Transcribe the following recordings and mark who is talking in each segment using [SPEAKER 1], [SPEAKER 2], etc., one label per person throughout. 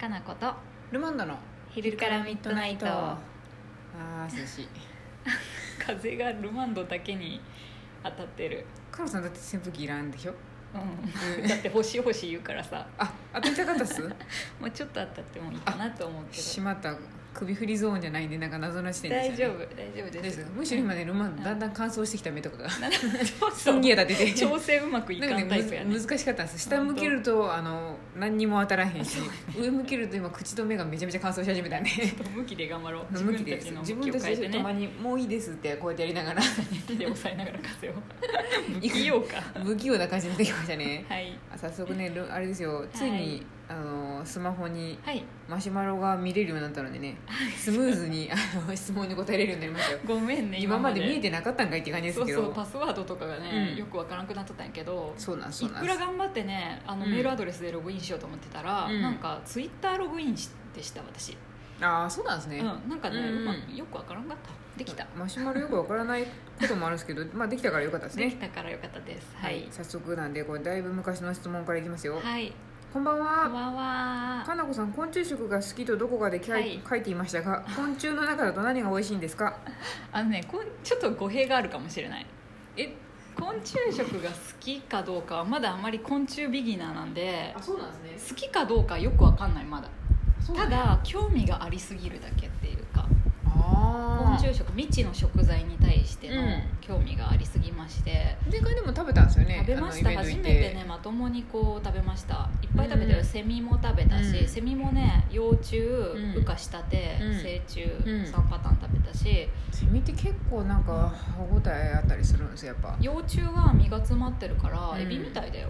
[SPEAKER 1] かなこと
[SPEAKER 2] ルマンダの
[SPEAKER 1] 昼からミッドナイト
[SPEAKER 2] あー涼しい
[SPEAKER 1] 風がルマンドだけに当たってる、
[SPEAKER 2] カロさんだって扇風機いらんでしょ
[SPEAKER 1] うん、だって星々言うからさ
[SPEAKER 2] あ当てたかった っす
[SPEAKER 1] もうちょっと当たってもいいかなと思うけ
[SPEAKER 2] し
[SPEAKER 1] ど
[SPEAKER 2] まった首振りゾーンじゃないんでなんか謎な視点で
[SPEAKER 1] 大
[SPEAKER 2] した、ね、
[SPEAKER 1] 丈夫大丈夫
[SPEAKER 2] 大
[SPEAKER 1] です
[SPEAKER 2] 丈夫むしろ今ねルマ
[SPEAKER 1] う
[SPEAKER 2] ン
[SPEAKER 1] ん
[SPEAKER 2] ドだんだん乾燥してきた目とかが
[SPEAKER 1] なんかそう
[SPEAKER 2] すんげえ立てて
[SPEAKER 1] 調整うまくいか
[SPEAKER 2] なんかね
[SPEAKER 1] んタイプやね
[SPEAKER 2] むず難しかったんです下向けるとあの何にも当たらへんし上向けると今口と目がめちゃめちゃ乾燥し始めたね
[SPEAKER 1] 向きで頑張ろう 自
[SPEAKER 2] 向
[SPEAKER 1] 分
[SPEAKER 2] き
[SPEAKER 1] た
[SPEAKER 2] で
[SPEAKER 1] ちの
[SPEAKER 2] 自
[SPEAKER 1] 向き
[SPEAKER 2] 分
[SPEAKER 1] を
[SPEAKER 2] た
[SPEAKER 1] 変え
[SPEAKER 2] ち
[SPEAKER 1] て
[SPEAKER 2] でたま
[SPEAKER 1] ね
[SPEAKER 2] に「もういいです」ってこうやってやりな がら
[SPEAKER 1] 手で押さえながら風を不器 用か
[SPEAKER 2] 不器用な感じに出てきましたね
[SPEAKER 1] はい
[SPEAKER 2] あ早速ねルあれですよついに、
[SPEAKER 1] はい
[SPEAKER 2] あのスマホに
[SPEAKER 1] はい
[SPEAKER 2] マシュマロが見れるようになったのでねスムーズにあの質問に答えれるようになりましたよ
[SPEAKER 1] ごめんね
[SPEAKER 2] 今まで見えてなかったんかいって感じです
[SPEAKER 1] そう
[SPEAKER 2] け
[SPEAKER 1] そ
[SPEAKER 2] ど
[SPEAKER 1] うパスワードとかがね、
[SPEAKER 2] うん
[SPEAKER 1] よくわからなくなってたんやけど
[SPEAKER 2] そうなん
[SPEAKER 1] い
[SPEAKER 2] そうなん
[SPEAKER 1] くら頑張ってねあの
[SPEAKER 2] うん
[SPEAKER 1] メールアドレスでログインしようと思ってたら、
[SPEAKER 2] うん
[SPEAKER 1] なんかツイッターログインでした私、
[SPEAKER 2] ああそうなんですね、
[SPEAKER 1] うん、なんかね、
[SPEAKER 2] うん
[SPEAKER 1] うまくよくわからんかったできた、
[SPEAKER 2] マシュマロよくわからないこともあるんですけど、まあ、できたからよかったです
[SPEAKER 1] でき
[SPEAKER 2] ね
[SPEAKER 1] たからよかったですはい
[SPEAKER 2] 早速なんでこれだいぶ昔の質問からいきますよ、
[SPEAKER 1] はい
[SPEAKER 2] こんばん
[SPEAKER 1] こ
[SPEAKER 2] は
[SPEAKER 1] んばんは
[SPEAKER 2] かなこさん昆虫食が好きとどこかできゃい、
[SPEAKER 1] はい
[SPEAKER 2] 書いていましたが昆虫の中だと何が美味しいんですか
[SPEAKER 1] あのねこんちょっと語弊があるかもしれない
[SPEAKER 2] え
[SPEAKER 1] 昆虫食が好きかどうかはまだあまり昆虫ビギナーなんで
[SPEAKER 2] そうなんです
[SPEAKER 1] 好きかどうかよくわかんないまだ
[SPEAKER 2] そうな
[SPEAKER 1] た
[SPEAKER 2] んや
[SPEAKER 1] だ興味がありすぎるだけっていうか昆
[SPEAKER 2] ああ
[SPEAKER 1] 虫食未知の食材に対しての
[SPEAKER 2] うん
[SPEAKER 1] 興味がありすぎまして、
[SPEAKER 2] 前回でも食べたんですよね
[SPEAKER 1] 食べました
[SPEAKER 2] あのイベ
[SPEAKER 1] 初め
[SPEAKER 2] ント
[SPEAKER 1] て
[SPEAKER 2] 行
[SPEAKER 1] ねまともにこう食べましたいっぱい食べたよ、
[SPEAKER 2] うん
[SPEAKER 1] セミも食べたし、
[SPEAKER 2] うん
[SPEAKER 1] セミもね幼虫、
[SPEAKER 2] ん
[SPEAKER 1] 羽化したて、
[SPEAKER 2] うん
[SPEAKER 1] 成虫、
[SPEAKER 2] ん
[SPEAKER 1] 3パターン食べたし
[SPEAKER 2] セミって結構なんか歯応えあったりするんですよやっぱ
[SPEAKER 1] 幼虫が身が詰まってるから、
[SPEAKER 2] うん
[SPEAKER 1] エビみたいだよ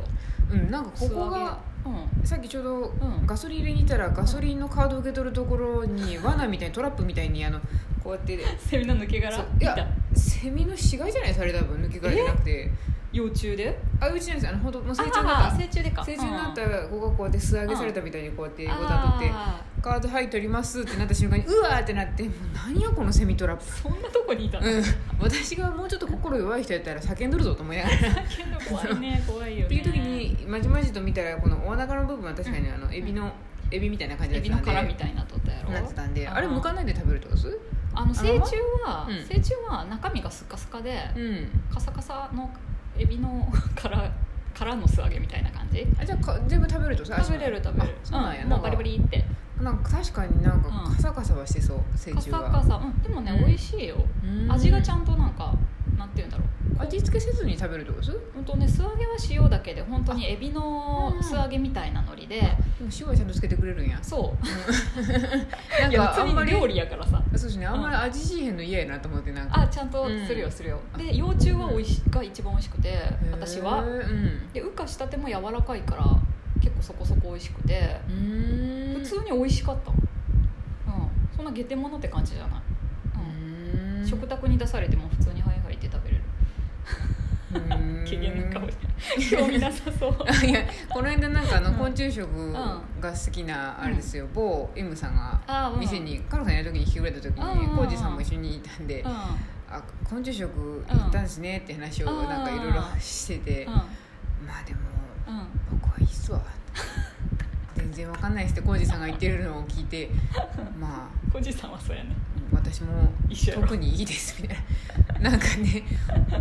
[SPEAKER 2] うんなんかここが
[SPEAKER 1] 素揚 げ
[SPEAKER 2] さっきちょうど
[SPEAKER 1] うん
[SPEAKER 2] ガソリン入れに行ったらガソリンのカード受け取るところに罠みたいにトラップみたいにあのこうやって
[SPEAKER 1] うん、セミの抜け
[SPEAKER 2] そ
[SPEAKER 1] 殻
[SPEAKER 2] うい
[SPEAKER 1] 見た
[SPEAKER 2] やセミの死骸じゃないですあれ多分抜け殻じゃなくて
[SPEAKER 1] 幼虫で
[SPEAKER 2] あうちなんですあの本当もう成虫に
[SPEAKER 1] あ
[SPEAKER 2] な
[SPEAKER 1] あ
[SPEAKER 2] っ
[SPEAKER 1] 成虫でか
[SPEAKER 2] た成虫になった
[SPEAKER 1] うん
[SPEAKER 2] 子がこうやって素揚げされたみたいにこうやってボタン取って
[SPEAKER 1] あ
[SPEAKER 2] カード入っておりますってなった瞬間にうわーってなってもう何やこのセミトラップ
[SPEAKER 1] ーそんなとこにいたの、
[SPEAKER 2] うん、私がもうちょっと心弱い人やったら叫んどるぞと思いながらっ
[SPEAKER 1] けど怖いね怖いよね
[SPEAKER 2] ていう時にまじまじと見たらこのお腹の部分は確かにあのエビのエビみたいな感じ
[SPEAKER 1] エ
[SPEAKER 2] だった
[SPEAKER 1] ビの
[SPEAKER 2] んで
[SPEAKER 1] 殻みたいになっとったやろ
[SPEAKER 2] なってたんで
[SPEAKER 1] ー
[SPEAKER 2] あれ向かないで食べるってことです
[SPEAKER 1] あの成虫は、
[SPEAKER 2] うん
[SPEAKER 1] 成虫は中身がスカスカで、
[SPEAKER 2] うん
[SPEAKER 1] カサカサのエビの 殻殻の素揚げみたいな感じ
[SPEAKER 2] あじゃあか全部食べるってこと
[SPEAKER 1] 食べれる食べれる
[SPEAKER 2] あそうなんや
[SPEAKER 1] ん、もうバリバリって
[SPEAKER 2] なんか確かになんか
[SPEAKER 1] うん
[SPEAKER 2] カサカサはしてそう成
[SPEAKER 1] カ
[SPEAKER 2] 虫
[SPEAKER 1] サ
[SPEAKER 2] は
[SPEAKER 1] カサうんでもね、
[SPEAKER 2] うん
[SPEAKER 1] 美味しいよ
[SPEAKER 2] うん
[SPEAKER 1] 味がちゃんとなんかなんて言うんだろう
[SPEAKER 2] 味付けせずに食べるってことです
[SPEAKER 1] 本当ね素揚げは塩だけで本当にエビの
[SPEAKER 2] うん
[SPEAKER 1] 素揚げみたいなのりで、
[SPEAKER 2] でも塩はちゃんとつけてくれるんや
[SPEAKER 1] そう
[SPEAKER 2] なん
[SPEAKER 1] いや
[SPEAKER 2] かあん
[SPEAKER 1] 普
[SPEAKER 2] ま
[SPEAKER 1] 通に
[SPEAKER 2] り
[SPEAKER 1] 料理やからさ
[SPEAKER 2] そうですねあんまり味しいへんの嫌やなと思ってなんか
[SPEAKER 1] あちゃんとする
[SPEAKER 2] う
[SPEAKER 1] よ
[SPEAKER 2] ん
[SPEAKER 1] するよ、で幼虫はおいしが一番美味しくて私
[SPEAKER 2] へ
[SPEAKER 1] は
[SPEAKER 2] ーうん
[SPEAKER 1] で羽化したても柔らかいから結構そこそこ美味しくて
[SPEAKER 2] うーん
[SPEAKER 1] 普通に美味しかったうんそんなゲテモノって感じじゃない、うん食卓に出されても普通にハイハイって食べれる機嫌の顔して興味なさ そう
[SPEAKER 2] いやこの間なんかあ
[SPEAKER 1] う
[SPEAKER 2] の
[SPEAKER 1] ん
[SPEAKER 2] 昆虫食が好きなあれですよ、某 M さんが
[SPEAKER 1] あうん
[SPEAKER 2] 店にカロさんやる時に来てくれた時
[SPEAKER 1] うんうんう
[SPEAKER 2] に
[SPEAKER 1] ん
[SPEAKER 2] 浩二さんも一緒にいたんで
[SPEAKER 1] うん、うん
[SPEAKER 2] 「あ昆虫食行ったんですね」って話を
[SPEAKER 1] うん
[SPEAKER 2] なんかいろいろしててまあでも
[SPEAKER 1] うん
[SPEAKER 2] 僕はいいっすわ全然わかんないっすって浩二さんが言ってるのを聞いてまあ
[SPEAKER 1] 小路さんはそうやね
[SPEAKER 2] 私も
[SPEAKER 1] 一緒やろ
[SPEAKER 2] 特にいいですみたい ななんかね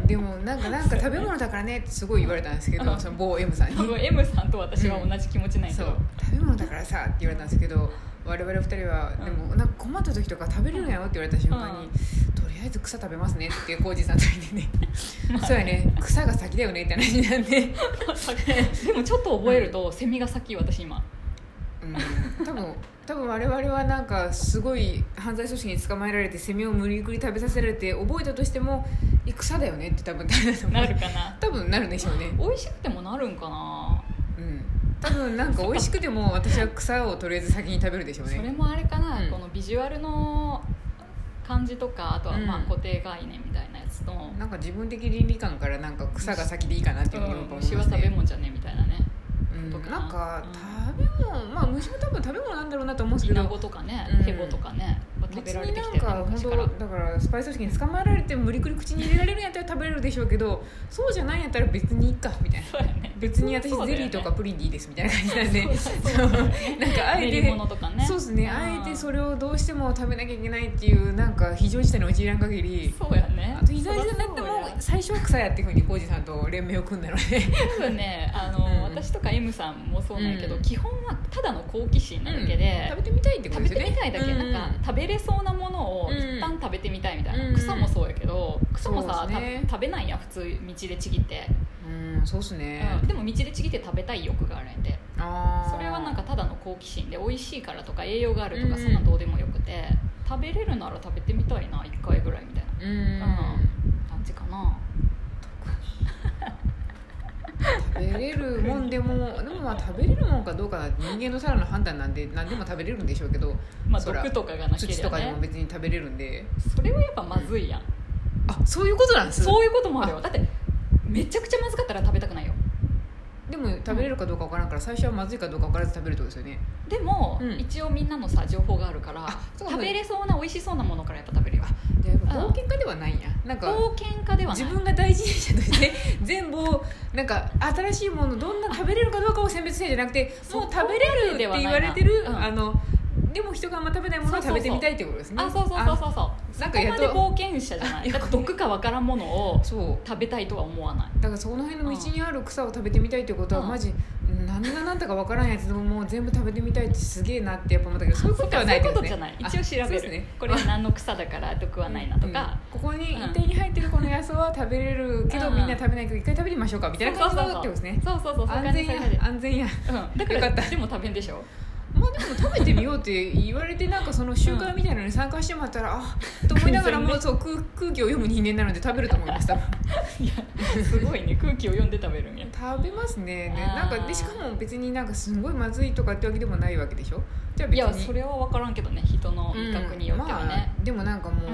[SPEAKER 2] でもなんかなんか食べ物だからねってすごい言われたんですけ
[SPEAKER 1] う
[SPEAKER 2] ど
[SPEAKER 1] ん
[SPEAKER 2] その某 M さ んに
[SPEAKER 1] 多分 M さんと私は同じ気持ちないけ
[SPEAKER 2] そ
[SPEAKER 1] ど、
[SPEAKER 2] う食べ物だからさって言われたんですけど我々二人は、
[SPEAKER 1] うん
[SPEAKER 2] でもなんか困った時とか食べれるのよって言われた瞬間に、
[SPEAKER 1] うん
[SPEAKER 2] とりあえず草食べますねって浩二さんと言ってね
[SPEAKER 1] まあ
[SPEAKER 2] そうやね草が先だよねって話なんで、
[SPEAKER 1] でもちょっと覚えると、セミが先私今
[SPEAKER 2] うん、多分多分我々はなんかすごい犯罪組織に捕まえられてセミを無理くり食べさせられて覚えたとしてもい草だよねって多分
[SPEAKER 1] なるかな
[SPEAKER 2] 多分なるんでしょうね、
[SPEAKER 1] 美味しくてもなるんかな、
[SPEAKER 2] うん、多分なんか美味しくても私は草をとりあえず先に食べるでしょう
[SPEAKER 1] それ
[SPEAKER 2] ね
[SPEAKER 1] もあれかな、
[SPEAKER 2] うん
[SPEAKER 1] このビジュアルの感じとかあとはまあ
[SPEAKER 2] うん
[SPEAKER 1] 固定概念みたいなやつと、
[SPEAKER 2] なんか自分的倫理観からなんか草が先でいいかなっていうふうに思います、
[SPEAKER 1] 虫
[SPEAKER 2] ね、
[SPEAKER 1] は食べ物じゃねみたいなね
[SPEAKER 2] うん
[SPEAKER 1] とか
[SPEAKER 2] なんか
[SPEAKER 1] う
[SPEAKER 2] 食べ物まあ虫も多分食べ物なんだろうなと思うんです
[SPEAKER 1] イ
[SPEAKER 2] け
[SPEAKER 1] ナ
[SPEAKER 2] ど
[SPEAKER 1] ゴとかね、
[SPEAKER 2] うん
[SPEAKER 1] ヘボとかねは食べ
[SPEAKER 2] 別
[SPEAKER 1] られ
[SPEAKER 2] に
[SPEAKER 1] てき
[SPEAKER 2] な
[SPEAKER 1] て
[SPEAKER 2] ん
[SPEAKER 1] るね
[SPEAKER 2] か本
[SPEAKER 1] 昔
[SPEAKER 2] 当
[SPEAKER 1] から
[SPEAKER 2] だからスパイ組織に捕まえられて無理くり口に入れられるんやったら食べれるでしょうけどそうじゃないんやったら別にいいかみたいな
[SPEAKER 1] そうやね
[SPEAKER 2] 別に私
[SPEAKER 1] そうだ
[SPEAKER 2] ゼ
[SPEAKER 1] よね
[SPEAKER 2] リーとかプリンでいいですみたいな感じなんで
[SPEAKER 1] そうだそうだよね
[SPEAKER 2] なんかあえ
[SPEAKER 1] 練
[SPEAKER 2] て、
[SPEAKER 1] り物とかね
[SPEAKER 2] そうですねあえてそれをどうしても食べなきゃいけないっていうなんか非常事態に陥らん限り
[SPEAKER 1] そうやね
[SPEAKER 2] あと非常事態になっても
[SPEAKER 1] そりゃそうや
[SPEAKER 2] 最初は草やっていうふうに浩二さんと連盟を組んだので
[SPEAKER 1] 多分ねあの、
[SPEAKER 2] うん
[SPEAKER 1] 私とか M さんもそうなんやけど、
[SPEAKER 2] うん
[SPEAKER 1] 基本はただの好奇心なだけで、
[SPEAKER 2] 食べてみたいってこと
[SPEAKER 1] 食
[SPEAKER 2] で
[SPEAKER 1] べ
[SPEAKER 2] すよ
[SPEAKER 1] て
[SPEAKER 2] ね
[SPEAKER 1] みたいだけ、なんか食べれそうなものを
[SPEAKER 2] うん
[SPEAKER 1] 一旦食べてみたいみたいな、
[SPEAKER 2] うん
[SPEAKER 1] 草もそうやけど草もさ、
[SPEAKER 2] そうですね
[SPEAKER 1] た食べないやん普通道でちぎって、
[SPEAKER 2] うん、そうっすね、
[SPEAKER 1] うんでも道でちぎって食べたい欲があるんやんで
[SPEAKER 2] あー
[SPEAKER 1] それはなんかただの好奇心で美味しいからとか栄養があるとか、
[SPEAKER 2] うん
[SPEAKER 1] そんなんどうでもよくて食べれるなら食べてみたいな1回ぐらいみたいな
[SPEAKER 2] うん、
[SPEAKER 1] 感じかな
[SPEAKER 2] 食べれるもんでもでもまあ食べれるもんかどうかなって人間のさらの判断なんで何でも食べれるんでしょうけど
[SPEAKER 1] まあ
[SPEAKER 2] そら
[SPEAKER 1] 毒とかがなけれ
[SPEAKER 2] 土と
[SPEAKER 1] ば
[SPEAKER 2] かで
[SPEAKER 1] ね
[SPEAKER 2] も別に食べれるんで
[SPEAKER 1] それはやっぱまずいやん
[SPEAKER 2] あそういうことなんです
[SPEAKER 1] そういうこともあるよだってめちゃくちゃまずかったら食べたくないよ
[SPEAKER 2] でも食べれるかどうかわからんから最初はまずいかどうかわからず食べるってことですよね
[SPEAKER 1] でも、
[SPEAKER 2] うん
[SPEAKER 1] 一応みんなのさ情報があるから
[SPEAKER 2] あそう
[SPEAKER 1] 食べれそうな美味しそうなものからやっぱ食べるよ
[SPEAKER 2] でやっぱ冒険家ではないんやなんか
[SPEAKER 1] 冒険家ではない
[SPEAKER 2] 自分が第一人者として 全部をなんか新しいものどんな食べれるかどうかを選別せんじゃなくて
[SPEAKER 1] そ
[SPEAKER 2] も
[SPEAKER 1] こ
[SPEAKER 2] う食べれるって
[SPEAKER 1] ではない
[SPEAKER 2] 言
[SPEAKER 1] な
[SPEAKER 2] われてる、
[SPEAKER 1] うん
[SPEAKER 2] あのでも人があんま食べないものを食べてみたいってことですね
[SPEAKER 1] あそうそうそうそうそう
[SPEAKER 2] なん
[SPEAKER 1] そ
[SPEAKER 2] か
[SPEAKER 1] こ
[SPEAKER 2] や
[SPEAKER 1] ま
[SPEAKER 2] っ
[SPEAKER 1] で
[SPEAKER 2] と
[SPEAKER 1] 冒険者じゃないだって毒かわからんものを
[SPEAKER 2] あそう
[SPEAKER 1] 食べたいとは思わない
[SPEAKER 2] だからそこの辺の道にある草を食べてみたいってことは、
[SPEAKER 1] うん
[SPEAKER 2] マジ何が何だか分からんやつでももう全部食べてみたいってすげえなってやっぱ思ったけどそういうことはない
[SPEAKER 1] そういう
[SPEAKER 2] で
[SPEAKER 1] こ
[SPEAKER 2] す
[SPEAKER 1] と
[SPEAKER 2] ね
[SPEAKER 1] じゃない一応調
[SPEAKER 2] あそう
[SPEAKER 1] べ
[SPEAKER 2] です
[SPEAKER 1] る、
[SPEAKER 2] ね
[SPEAKER 1] これは何の草だから毒はないなとか、
[SPEAKER 2] うんここに
[SPEAKER 1] うん
[SPEAKER 2] 一定に入ってるこの野草は食べれるけど、
[SPEAKER 1] うん
[SPEAKER 2] みんな食べないけど一回食べてみましょうかみたいな感じのってことですね
[SPEAKER 1] そうそうそうそうそう
[SPEAKER 2] 安全や
[SPEAKER 1] そういう感
[SPEAKER 2] 安全や
[SPEAKER 1] じそういう感じうん、だか
[SPEAKER 2] よ
[SPEAKER 1] ら
[SPEAKER 2] かった
[SPEAKER 1] でも食べんでしょ
[SPEAKER 2] まあでも食べてみようって言われてなんかその集会みたいなのに参加してもらったら、あと思いながらも うそう空空気を読む人間なので食べると思いました
[SPEAKER 1] いやすごいね空気を読んで食べるんや
[SPEAKER 2] 食べますねね
[SPEAKER 1] あー
[SPEAKER 2] なんかでしかも別になんかすごいまずいとかってわけでもないわけでしょじゃあ
[SPEAKER 1] い
[SPEAKER 2] 別に
[SPEAKER 1] やそれは分からんけどね人の味覚によってはね、
[SPEAKER 2] うんまあ、でもなんかも
[SPEAKER 1] う、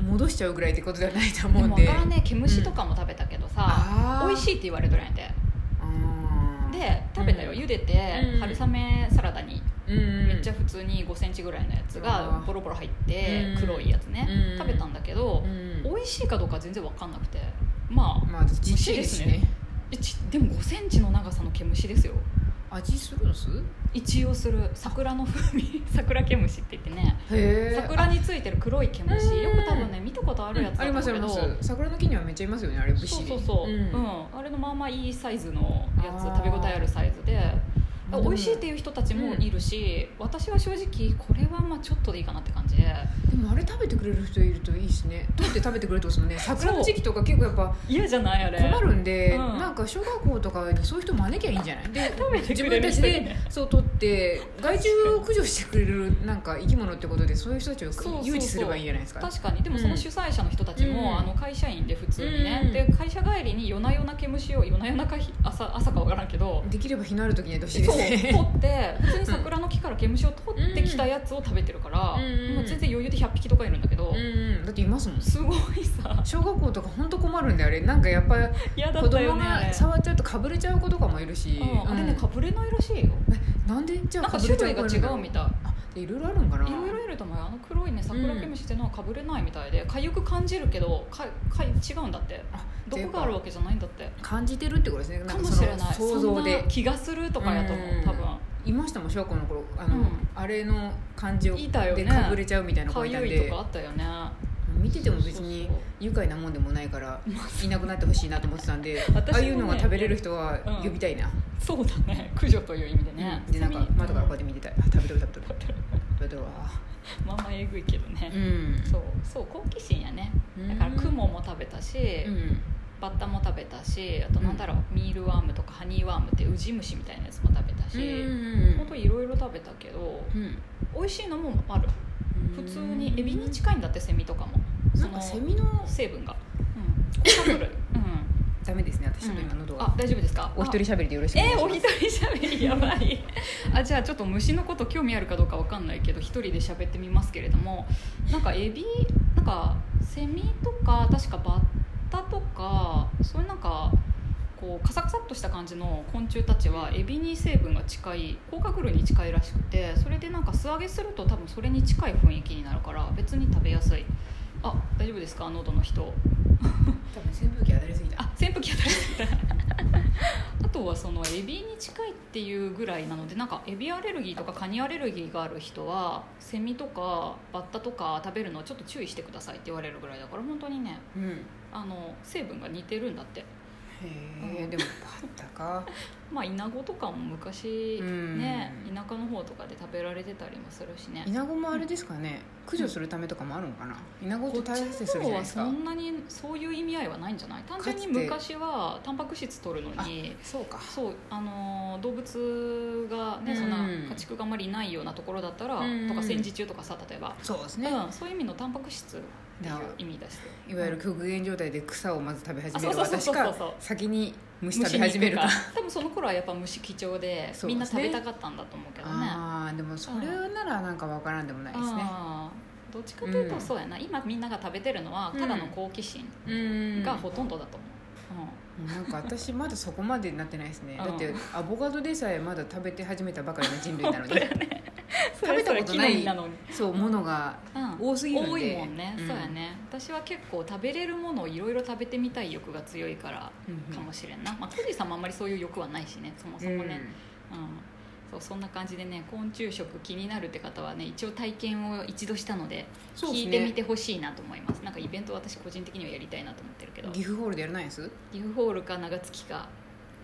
[SPEAKER 2] うん戻しちゃうぐらいってことじゃないと
[SPEAKER 1] で
[SPEAKER 2] 思う
[SPEAKER 1] も
[SPEAKER 2] んで
[SPEAKER 1] 分からんね毛虫とかも食べたけどさ、
[SPEAKER 2] あ
[SPEAKER 1] 美味し
[SPEAKER 2] い
[SPEAKER 1] いって言われとるんやて
[SPEAKER 2] で
[SPEAKER 1] で食べたよ
[SPEAKER 2] うん
[SPEAKER 1] 茹でて、
[SPEAKER 2] うん
[SPEAKER 1] 春雨サラダにめっちゃ普通に5センチぐらいのやつ
[SPEAKER 2] あ
[SPEAKER 1] が
[SPEAKER 2] ー
[SPEAKER 1] ボロボロ入って
[SPEAKER 2] うん
[SPEAKER 1] 黒いやつね、
[SPEAKER 2] うん
[SPEAKER 1] 食べたんだけど、美味しいかどうか全然分かんなくてまあ
[SPEAKER 2] まあ実地ですし
[SPEAKER 1] 美味しい
[SPEAKER 2] ね
[SPEAKER 1] でえちでも5センチの長さの毛虫ですよ
[SPEAKER 2] 味するんす
[SPEAKER 1] 一応する桜の風味 桜毛虫って言ってね
[SPEAKER 2] へえ
[SPEAKER 1] 桜についてる黒い毛虫
[SPEAKER 2] うん
[SPEAKER 1] よく多分ね見たことあるやつだ
[SPEAKER 2] あり
[SPEAKER 1] と思う
[SPEAKER 2] ますあ
[SPEAKER 1] け
[SPEAKER 2] りま
[SPEAKER 1] ど
[SPEAKER 2] す桜の木にはめっちゃいますよねあれ
[SPEAKER 1] そう
[SPEAKER 2] 節
[SPEAKER 1] そうそう、うん
[SPEAKER 2] ん
[SPEAKER 1] あれのまあまあいいサイズのやつ
[SPEAKER 2] あー
[SPEAKER 1] 食べ応えあるサイズで
[SPEAKER 2] まあ
[SPEAKER 1] 美味しいっていう人たちもいるし、私は正直これはまあちょっとでいいかなって感じで
[SPEAKER 2] でもあれ食べてくれる人いるといいですねどうやって食べてくれるってことですもんね桜の時期とか結構やっぱ
[SPEAKER 1] 嫌じゃないあれ
[SPEAKER 2] 困るんで、
[SPEAKER 1] うん
[SPEAKER 2] なんか小学校とかにそういう人招きゃいいんじゃないで
[SPEAKER 1] 食べて
[SPEAKER 2] 自
[SPEAKER 1] くれる
[SPEAKER 2] 分た
[SPEAKER 1] 人
[SPEAKER 2] ち
[SPEAKER 1] いる
[SPEAKER 2] で
[SPEAKER 1] ね
[SPEAKER 2] そう取って害虫を駆除してくれるなんか生き物ってことでそういう人たちを
[SPEAKER 1] そうそうそう
[SPEAKER 2] 誘致すればいいんじゃないですか
[SPEAKER 1] 確かにでもその主催者の人たちも、
[SPEAKER 2] うん
[SPEAKER 1] あの会社員で普通にね、
[SPEAKER 2] うん
[SPEAKER 1] で会社帰りに夜な夜な毛虫を夜な夜なかひ朝朝かわからんけど
[SPEAKER 2] できれば日のある時にやってほし
[SPEAKER 1] そ
[SPEAKER 2] いうで
[SPEAKER 1] 取
[SPEAKER 2] すね
[SPEAKER 1] って普通に桜の木から毛虫を取ってきたやつを食べてるから、
[SPEAKER 2] うん
[SPEAKER 1] もう全然余裕で100匹とかいるんだけど、
[SPEAKER 2] うんだっていますもん
[SPEAKER 1] すごいさ
[SPEAKER 2] 小学校とか本当困るんであれなんかやっぱ
[SPEAKER 1] 嫌だ
[SPEAKER 2] 子
[SPEAKER 1] ったよ
[SPEAKER 2] 供
[SPEAKER 1] ねあれ
[SPEAKER 2] が触っちゃうとかぶれちゃう子とかもいるし、
[SPEAKER 1] うんあれね
[SPEAKER 2] うん
[SPEAKER 1] かぶれないらしいよ
[SPEAKER 2] なんでじゃ
[SPEAKER 1] な
[SPEAKER 2] あ
[SPEAKER 1] んか種類が違うみ
[SPEAKER 2] い
[SPEAKER 1] たい
[SPEAKER 2] いろいろあるんかない
[SPEAKER 1] ろいろいると思うよあの黒いね桜毛虫ってのはかぶれないみたいで痒く感じるけどかか違うんだって
[SPEAKER 2] あ
[SPEAKER 1] 毒があるわけじゃないんだって
[SPEAKER 2] 感じてるってことですね
[SPEAKER 1] か
[SPEAKER 2] ん
[SPEAKER 1] も
[SPEAKER 2] か
[SPEAKER 1] し
[SPEAKER 2] その
[SPEAKER 1] れない
[SPEAKER 2] 想像
[SPEAKER 1] そん
[SPEAKER 2] で
[SPEAKER 1] な気がするとかやと思う
[SPEAKER 2] うん
[SPEAKER 1] 多分
[SPEAKER 2] いましたもん小学校の頃あの、
[SPEAKER 1] うん
[SPEAKER 2] あれの感じを
[SPEAKER 1] いたよね
[SPEAKER 2] でかぶれちゃうみたいな
[SPEAKER 1] か
[SPEAKER 2] 子いたん
[SPEAKER 1] ゆい
[SPEAKER 2] で
[SPEAKER 1] とかあったよね
[SPEAKER 2] 見てても別
[SPEAKER 1] そう
[SPEAKER 2] に
[SPEAKER 1] そう
[SPEAKER 2] 愉快なもんでもないからいなくなってほしいなと思ってたんで、
[SPEAKER 1] 私もね
[SPEAKER 2] ああいうのが食べれる人は
[SPEAKER 1] うん
[SPEAKER 2] 呼びたいな、
[SPEAKER 1] そうだね 駆除という意味でね
[SPEAKER 2] でなんか窓からこうやって見てたいあ食べとる食べとる食べとるわ
[SPEAKER 1] まあまあえぐいけどね
[SPEAKER 2] うん
[SPEAKER 1] そうそう好奇心やねだからクモも食べたし
[SPEAKER 2] うん
[SPEAKER 1] バッタも食べたしあとなんだろうミールワームとかハニーワームってウジ虫みたいなやつも食べた
[SPEAKER 2] う
[SPEAKER 1] し本
[SPEAKER 2] ん
[SPEAKER 1] 当いろいろ食べたけど
[SPEAKER 2] うん
[SPEAKER 1] 美味しいのもある普通にエビに近いんだってセミとかも
[SPEAKER 2] な
[SPEAKER 1] そ
[SPEAKER 2] んか
[SPEAKER 1] の
[SPEAKER 2] セミの
[SPEAKER 1] 成分がうん甲殻類うん
[SPEAKER 2] ダメですね私ちょっと今喉が、
[SPEAKER 1] あ大丈夫ですか
[SPEAKER 2] お一人
[SPEAKER 1] あ
[SPEAKER 2] 喋りでよろしく
[SPEAKER 1] えーお
[SPEAKER 2] し
[SPEAKER 1] 一人しゃべりやばい あじゃあちょっと虫のこと興味あるかどうかわかんないけど一人で喋ってみますけれどもなんかエビなんかセミとか確かバッタとかそういうなんかこうカサカサっとした感じの昆虫たちはエビに成分が近い甲殻類に近いらしくてそれでなんか素揚げすると多分それに近い雰囲気になるから別に食べやすいあ大丈夫ですか喉の人
[SPEAKER 2] 多分扇風機当たりすぎた
[SPEAKER 1] あ扇風機当たりすぎたあとはそのエビに近いっていうぐらいなのでなんかエビアレルギーとかカニアレルギーがある人はセミとかバッタとか食べるのをちょっと注意してくださいって言われるぐらいだから本当にね
[SPEAKER 2] うんへ
[SPEAKER 1] あの成分が似てるんだって
[SPEAKER 2] え、でもパッタか
[SPEAKER 1] まあイナゴとかも昔
[SPEAKER 2] うん
[SPEAKER 1] ね田舎の方とかで食べられてたりもするしね
[SPEAKER 2] イナゴもあれですかね駆除するためとかもあるのかなイナゴ
[SPEAKER 1] ことっち
[SPEAKER 2] 対生す
[SPEAKER 1] の方
[SPEAKER 2] るじゃない
[SPEAKER 1] は
[SPEAKER 2] です
[SPEAKER 1] そ
[SPEAKER 2] か
[SPEAKER 1] んなにそういう意味合いはないんじゃない単純に
[SPEAKER 2] かつて
[SPEAKER 1] 昔はタンパク質取るのに
[SPEAKER 2] そうか
[SPEAKER 1] そうあのー動物がね、
[SPEAKER 2] うん
[SPEAKER 1] そんな家畜があまりいないようなところだったら、
[SPEAKER 2] うん
[SPEAKER 1] とか戦時中とかさ例えば、
[SPEAKER 2] そうですね
[SPEAKER 1] うん、そういう意味のタンパク質ってい
[SPEAKER 2] だ
[SPEAKER 1] う意味だし
[SPEAKER 2] いわゆる極限状態で草をまず食べ始める
[SPEAKER 1] あそうそう
[SPEAKER 2] 私
[SPEAKER 1] そうそうそう
[SPEAKER 2] か先に虫食べ始めるか
[SPEAKER 1] 虫に行くか多分その頃はやっぱ虫貴重で、
[SPEAKER 2] そうですね
[SPEAKER 1] みんな食べたかったんだと思うけどね
[SPEAKER 2] ああでもそれならなんかわからんでもないですね
[SPEAKER 1] あーどっちかというとそうやな、今みんなが食べてるのはただの好奇心
[SPEAKER 2] うん
[SPEAKER 1] がほとんどだと思う、
[SPEAKER 2] なんか私まだそこまでなってないですね
[SPEAKER 1] うん
[SPEAKER 2] だってアボカドでさえまだ食べて始めたばかりの人類なのに
[SPEAKER 1] うん
[SPEAKER 2] 食べたことな い
[SPEAKER 1] それぞれ機能なのに、
[SPEAKER 2] そうものが
[SPEAKER 1] うん
[SPEAKER 2] 多すぎるんで
[SPEAKER 1] 多いもんね、
[SPEAKER 2] うん
[SPEAKER 1] そうやね私は結構食べれるものをいろいろ食べてみたい欲が強いからかもしれんな、まあ、コジさんもあんまりそういう欲はないしねそもそもね、うんそうそんな感じでね昆虫食気になるって方はね一応体験を一度したので
[SPEAKER 2] そうです
[SPEAKER 1] 聞
[SPEAKER 2] ね
[SPEAKER 1] いてみてほしいなと思いますなんかイベント私個人的にはやりたいなと思ってるけ
[SPEAKER 2] う
[SPEAKER 1] ど
[SPEAKER 2] ん、岐阜ホールでやらないです
[SPEAKER 1] 岐阜ホールか長月か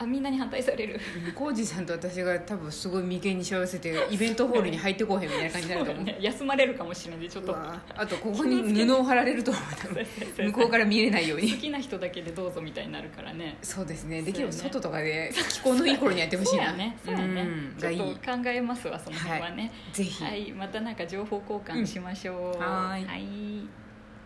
[SPEAKER 1] あみんなに反対される
[SPEAKER 2] 浩二さんと私が多分すごい眉間にしわ寄せてイベントホールに入ってこうへんみたいな感じになると思
[SPEAKER 1] そ
[SPEAKER 2] う
[SPEAKER 1] うだね休まれるかもしれないでちょっ
[SPEAKER 2] う
[SPEAKER 1] と
[SPEAKER 2] わあとここに布を貼られる と思う多分向こうから見えないよう
[SPEAKER 1] 好
[SPEAKER 2] に
[SPEAKER 1] きな人だけでどうぞみたいになるからね
[SPEAKER 2] そうですねでき
[SPEAKER 1] そう
[SPEAKER 2] れ
[SPEAKER 1] や
[SPEAKER 2] ば
[SPEAKER 1] ね
[SPEAKER 2] 外とかで気候のいい頃にやってほし
[SPEAKER 1] そ
[SPEAKER 2] いうな
[SPEAKER 1] やねそうやね
[SPEAKER 2] うん
[SPEAKER 1] ちょ
[SPEAKER 2] が
[SPEAKER 1] っ
[SPEAKER 2] いい
[SPEAKER 1] と考えますわその辺はね
[SPEAKER 2] ぜひ、
[SPEAKER 1] はい、またなんか情報交換しましょう、
[SPEAKER 2] うんはーい
[SPEAKER 1] はい